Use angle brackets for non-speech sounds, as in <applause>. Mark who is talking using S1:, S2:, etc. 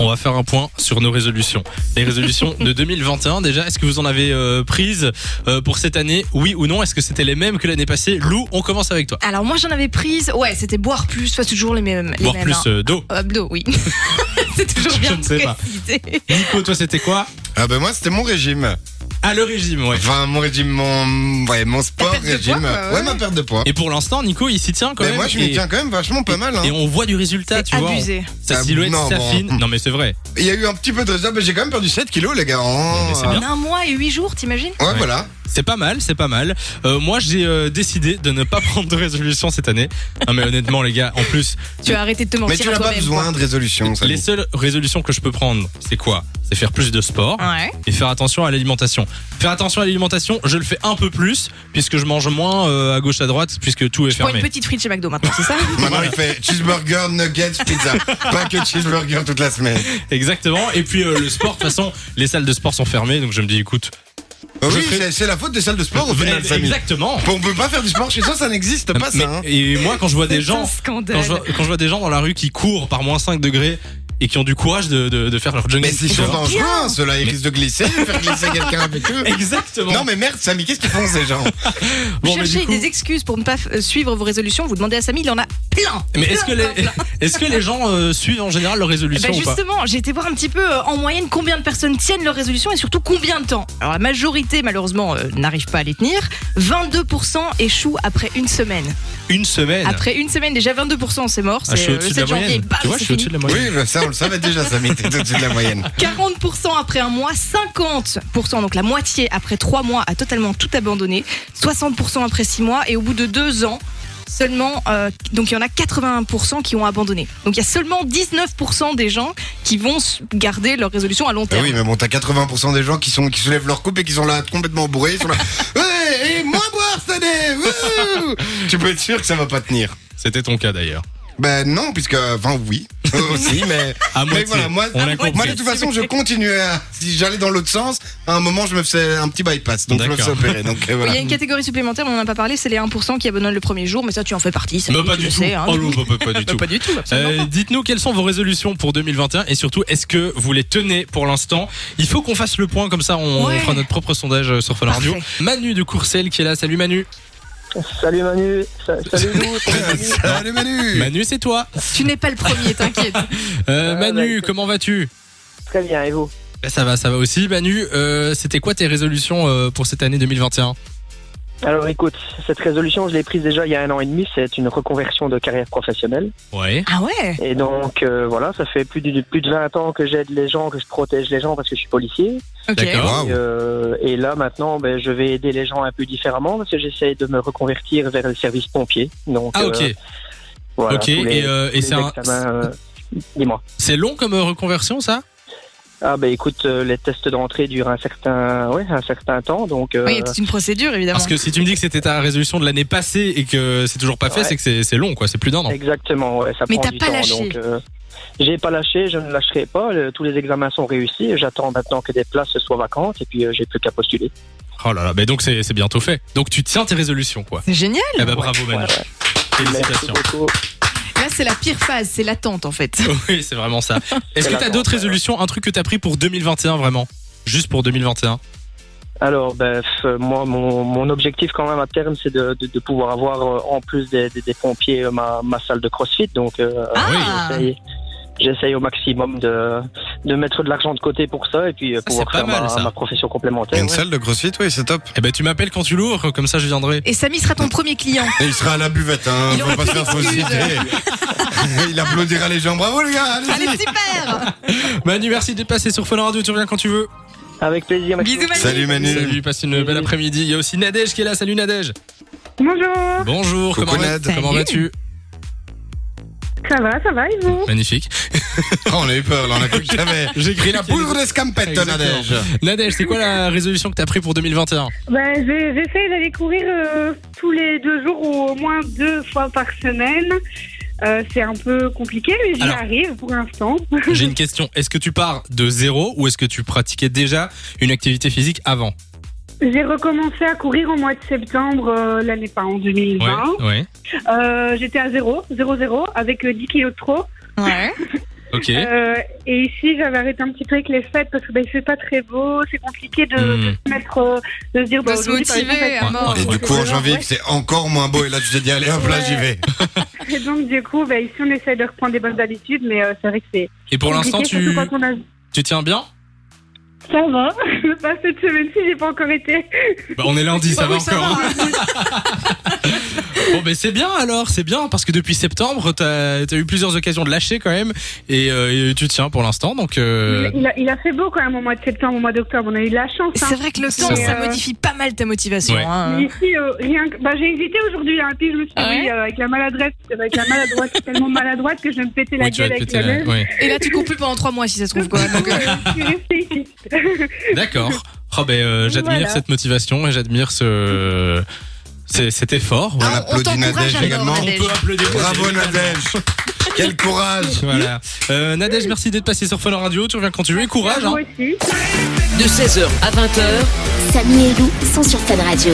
S1: on va faire un point sur nos résolutions. Les résolutions
S2: <laughs>
S1: de 2021 déjà, est-ce que vous en avez euh, prises euh, pour cette année Oui ou non Est-ce que c'était les mêmes que l'année passée Lou, on commence avec toi.
S2: Alors moi j'en avais prise, ouais, c'était boire plus, pas toujours les mêmes.
S1: Boire
S2: les mêmes,
S1: plus
S2: hein.
S1: euh, d'eau.
S2: Euh, Abdos, oui. <laughs> C'est toujours
S1: Je
S2: bien
S1: ne sais pas.
S2: précisé.
S1: Nico, toi c'était quoi
S3: Ah ben moi c'était mon régime.
S1: Ah le régime, ouais.
S3: Enfin mon régime, mon, ouais, mon sport
S2: perte de
S3: régime.
S2: poids, quoi, ouais.
S3: ouais. ma perte de poids.
S1: Et pour l'instant, Nico, il s'y tient quand
S3: Mais
S1: même.
S3: Ben, moi je
S1: et-
S3: m'y tiens quand même vachement pas mal. hein.
S1: Et on voit du résultat, tu
S2: C'est
S1: vois. on-
S2: abusé.
S1: Sa
S3: Ah,
S1: silhouette
S3: non, bon.
S1: s'affine. Non, mais c'est vrai.
S3: Il y a eu un petit peu de résultat, mais j'ai quand même perdu 7 kilos les gars. en-
S1: Mais c'est bien.
S2: En un mois et huit jours, t'imagines
S3: Ouais, voilà.
S1: C'est pas mal, c'est pas mal. Euh, moi, j'ai euh, décidé de ne pas <laughs> prendre de résolution cette année. Non, mais honnêtement, les gars, en plus,
S2: Tu as arrêté de te
S3: Mais
S2: mentir
S3: tu
S2: à
S3: n'as pas
S2: toi-même.
S3: besoin de résolution. ça.
S1: les seules résolutions que je peux prendre, c'est quoi C'est faire plus de sport.
S2: quoi. Ouais.
S1: et faire attention à l'alimentation. Faire attention à l'alimentation, je le fais un peu plus puisque je mange moins euh, à gauche à droite puisque tout est
S2: Je prends une
S1: fermé.
S2: petite frite chez McDo maintenant, c'est ça
S3: Maintenant il fait cheeseburger, nuggets,
S1: <laughs>
S3: pizza. pas que cheeseburger toute la semaine.
S1: Exactement. Et puis euh, le sport, de toute façon, les salles de sport sont fermées donc je me dis écoute.
S3: Bah
S1: Je
S3: oui,
S1: crée-
S3: c'est- c'est la faute des salles de sport au final,
S1: Eh,
S3: Samy.
S1: exactement.
S3: On peut pas faire du sport chez soi, ça n'existe pas ça.
S1: Mais-
S3: hein.
S1: et moi quand je vois des gens,
S2: un scandale.
S1: quand je vois, quand je vois des gens dans la rue qui courent par moins 5 degrés et qui ont du courage de, de- de faire leur jogging.
S3: Mais c'est
S1: Ça
S3: sûr
S1: va.
S3: dangereux, hein, ceux-là, ils
S1: Mais-
S3: risquent de glisser, faire glisser quelqu'un avec eux.
S1: <laughs> Exactement.
S3: Non mais merde, Samy, qu'est-ce qu'ils font ces gens
S1: Bon,
S2: Vous
S1: mais
S2: cherchez
S1: du coup-
S2: des excuses pour ne pas f- euh, suivre vos résolutions, vous demandez à Samy, il en a plein
S1: mais est-ce que
S2: Plein,
S1: les
S2: plein, plein.
S1: <laughs> est-ce que les gens euh, suivent en général leurs résolutions
S2: Bah
S1: ou pas
S2: justement, j'ai été voir un petit peu euh, en moyenne combien de personnes tiennent leurs résolutions et surtout combien de temps. Alors la majorité malheureusement euh, n'arrive pas à les tenir. 22% échouent après une semaine.
S1: Une semaine.
S2: Après une semaine déjà 22% c'est mort.
S1: Ah, je
S2: C'est
S1: suis
S2: euh, le
S1: au-dessus de la
S2: 7 janvier.
S1: moyenne.
S2: bam,
S1: tu vois,
S2: c'est
S1: je suis au-dessus
S2: fini.
S1: de la moyenne.
S3: Oui, bah, ça on le savait déjà, Samy, t'es au-dessus de la <laughs> moyenne.
S2: 40% après un mois, 50%, donc la moitié après 3 mois a totalement tout abandonné, 60% après 6 mois et au bout de 2 ans, seulement, euh, donc il y en a 81% qui ont abandonné. Donc il y a seulement 19% des gens qui vont s- garder leur résolution à
S1: Ah
S2: long
S3: Bah
S2: terme.
S3: oui, mais bon, t'as 80% des gens qui, sont, qui soulèvent leur coupe et qui sont là complètement bourrés. Ils sont <laughs> là, ouais, et moins boire cette année wouh <laughs> Tu peux être sûr que ça va pas tenir.
S1: C'était ton cas d'ailleurs.
S3: Ben non, puisque, enfin oui, <laughs> aussi, mais,
S1: À
S3: mais
S1: moitié.
S3: voilà, moi,
S1: On a
S3: <laughs> moi de
S1: compris.
S3: toute façon, je continuais à, si j'allais dans l'autre sens, à un moment, je me faisais un petit bypass, donc je me faisais
S1: D'accord.
S3: opérer, donc euh,
S2: Il
S3: voilà.
S2: y a une catégorie supplémentaire, on n'en a pas parlé, c'est les 1% qui abandonnent le premier jour, mais ça tu en fais partie. ça,
S1: Mais
S2: tu
S1: pas
S2: le
S1: du tout.
S2: sais, hein.
S1: Oh, non, pas- pas- pas du tout.
S2: Pas du tout, absolument
S1: Euh,
S2: pas.
S1: Dites-nous quelles sont vos résolutions pour 2021 et surtout est-ce que vous les tenez pour l'instant Il faut qu'on fasse le point comme ça on,
S2: Ouais.
S1: on fera notre propre sondage euh, sur Fun Radio.
S2: Parfait.
S1: Manu de Courcelles qui est là, salut Manu.
S4: Salut Manu, Sa- salut Lou, salut
S1: <laughs>
S3: <laughs>
S4: Samy.
S3: Salut Manu
S1: Manu c'est toi.
S2: Tu n'es pas le premier,
S1: <laughs>
S2: t'inquiète.
S1: Euh,
S4: Ah,
S1: Manu,
S4: bah, c'est-
S1: comment vas-tu
S4: Très bien, et vous
S1: Bah, Ça va, ça va aussi. Manu, euh, c'était quoi tes résolutions euh, pour cette année 2021
S4: Alors écoute, cette résolution, je l'ai prise déjà il y a un an et demi, c'est une reconversion de carrière professionnelle.
S1: Ouais.
S2: ah ouais
S4: Et donc euh, voilà, ça fait plus de, plus de 20 ans que j'aide les gens, que je protège les gens parce que je suis policier.
S2: Ok.
S1: D'accord.
S3: Waouh.
S4: Et, euh, et là maintenant, ben, je vais aider les gens un peu différemment parce que j'essaie de me reconvertir vers le service pompier. Donc,
S1: Ah ok,
S4: euh, voilà,
S1: ok.
S4: tous les-
S1: et euh, et
S4: tous
S1: c'est
S4: les
S1: un-
S4: examens, euh, Dis-moi.
S1: c'est long comme euh, reconversion ça
S4: Ah ben écoute, euh, les tests d'entrée durent un certain, ouais, un certain temps, donc euh,
S2: Oui, c'est une procédure évidemment.
S1: Parce que si tu me dis que c'était ta résolution de l'année passée et que c'est toujours pas fait,
S4: Ouais.
S1: c'est que c'est c'est long quoi, c'est plus d'un an.
S4: Exactement, ouais, ça
S2: Mais
S4: prend
S2: t'as
S4: du
S2: pas
S4: temps.
S2: lâché.
S4: Donc, euh, j'ai pas lâché, je ne lâcherai pas. Le- tous les examens sont réussis. J'attends maintenant que des places soient vacantes et puis euh, j'ai plus qu'à postuler.
S1: Oh là là, mais donc c'est c'est bientôt fait. Donc tu tiens tes résolutions quoi.
S2: C'est génial
S1: Ah bah bravo
S4: Ouais,
S1: Manu,
S4: ouais. Merci
S1: félicitations.
S4: beaucoup.
S2: Là, c'est la pire phase, c'est l'attente en fait.
S1: <laughs> Oui, c'est vraiment ça. Est-ce
S4: <laughs> C'est
S1: que
S4: la
S1: t'as
S4: grande,
S1: d'autres
S4: ouais.
S1: résolutions, un truc que t'as pris pour 2021 vraiment Juste pour 2021
S4: Alors, ben, f- moi, mon, mon objectif quand même à terme, c'est de, de- de pouvoir avoir euh, en plus des, des- des pompiers euh, ma, ma salle de CrossFit. Donc, euh,
S2: Ah.
S4: j'essaye- j'essaye au maximum de, de mettre de l'argent de côté pour ça et puis euh,
S1: Ça,
S4: pouvoir
S1: c'est
S4: faire
S1: pas mal,
S4: ma,
S1: ça.
S4: ma profession complémentaire.
S3: Une
S4: ouais.
S3: salle de crossfit, oui, c'est top.
S1: Eh ben tu m'appelles quand tu l'ouvres, comme ça je viendrai.
S4: <laughs>
S2: Et Samy sera ton premier client.
S3: Et il sera à la buvette, hein,
S2: Il aura
S3: faut pas se faire
S2: plus
S3: fausser
S2: d'excuses.
S3: <laughs> idée. Il applaudira les gens, bravo les gars, allez-y.
S2: Allez, super
S1: Manu, merci d'être passé sur Fun Radio, tu reviens quand tu veux.
S4: Avec plaisir. merci
S2: Bisous,
S4: beaucoup.
S2: Manu.
S3: Salut Manu.
S1: Salut, passe une belle après-midi. Il y a aussi Nadège qui est là, salut Nadège.
S5: Bonjour,
S1: Bonjour,
S3: Coucou,
S1: comment, vas-
S3: Nad.
S1: comment
S2: Salut.
S1: vas-tu
S5: ça va, ça va et vous
S1: Magnifique.
S3: Oh, on a eu peur, là, on a cru que t'avais.
S1: J'ai
S3: Pris la poudre d'escampette,
S1: Exactement.
S3: Nadège.
S1: Nadège, c'est quoi la résolution que t'as pris pour 2021
S5: ben, j'ai- J'essaie d'aller courir euh, tous les deux jours ou au moins deux fois par semaine. Euh, C'est un peu compliqué, mais j'y
S1: Alors.
S5: arrive pour l'instant.
S1: <laughs> J'ai une question. Est-ce que tu pars de zéro ou est-ce que tu pratiquais déjà une activité physique avant
S5: J'ai recommencé à courir au mois de septembre euh, l'année pas en 2020.
S1: ouais.
S5: Euh, J'étais à 0, 0, 0, avec euh, 10 kilos de trop.
S2: Ouais.
S1: Ok.
S5: Euh, et ici, j'avais arrêté un petit peu avec les fêtes parce que ben, c'est pas très beau, c'est compliqué de
S1: Hmm.
S5: se mettre, euh, de se dire
S2: De
S5: bah,
S2: se
S5: aujourd'hui, par
S2: motiver
S5: exemple,
S2: à mort.
S3: Et du coup, en
S5: Ouais.
S3: janvier, c'est encore moins beau. Et là, tu t'es dit, allez hop, là, j'y vais.
S5: Et donc, du coup, bah, ici, on essaie de reprendre des bonnes habitudes, mais euh, c'est vrai que c'est.
S1: Et pour l'instant,
S5: compliqué, surtout
S1: tu,
S5: quand on a-
S1: tu tiens bien
S5: Ça va. <laughs> Bah, cette semaine-ci, j'ai pas encore été.
S1: Bah, on est lundi, ça
S2: Bah
S1: va
S2: oui, ça
S1: encore. <laughs> Bon, ben c'est bien alors, c'est bien parce que depuis septembre, t'as as eu plusieurs occasions de lâcher quand même et, euh, et tu tiens pour l'instant. Donc, euh,
S5: Il, a, il a fait beau quand même au mois de septembre, au mois d'octobre. On a eu de la chance. hein.
S2: C'est vrai que le temps,
S5: Mais,
S2: ça
S5: euh,
S2: modifie pas mal ta motivation.
S1: Ouais.
S2: hein.
S5: Mais ici, euh, rien que... bah, j'ai hésité aujourd'hui, hein, puis je me suis dit,
S2: Ah ouais
S5: oui, euh, avec la maladresse, avec la maladroite, tellement maladroite que je vais me péter la
S1: oui, tu vas
S5: gueule
S1: te
S5: avec
S1: péter
S5: la
S1: la-
S5: neige.
S1: ouais.
S2: Et là, tu coupes plus pendant trois mois si ça se trouve
S5: <laughs>
S2: quoi. Donc, euh,
S5: Je suis restée ici.
S1: D'accord.
S5: <laughs>
S1: Oh, ben euh, j'admire
S5: Voilà.
S1: cette motivation et j'admire ce c'est- cet effort.
S3: On
S1: Voilà.
S2: Ah, on
S3: applaudit
S2: t'encourage
S3: Nadège
S2: alors,
S3: également.
S2: Nadège.
S1: peut applaudir.
S3: Bravo, Nadège. Quel courage.
S1: Voilà. Euh, Nadège, merci d'être passé sur Fun Radio. Tu reviens quand tu veux. Et courage. hein.
S5: Moi aussi.
S6: De 16h à 20h,
S7: Samy et Lou sont sur Fan Radio.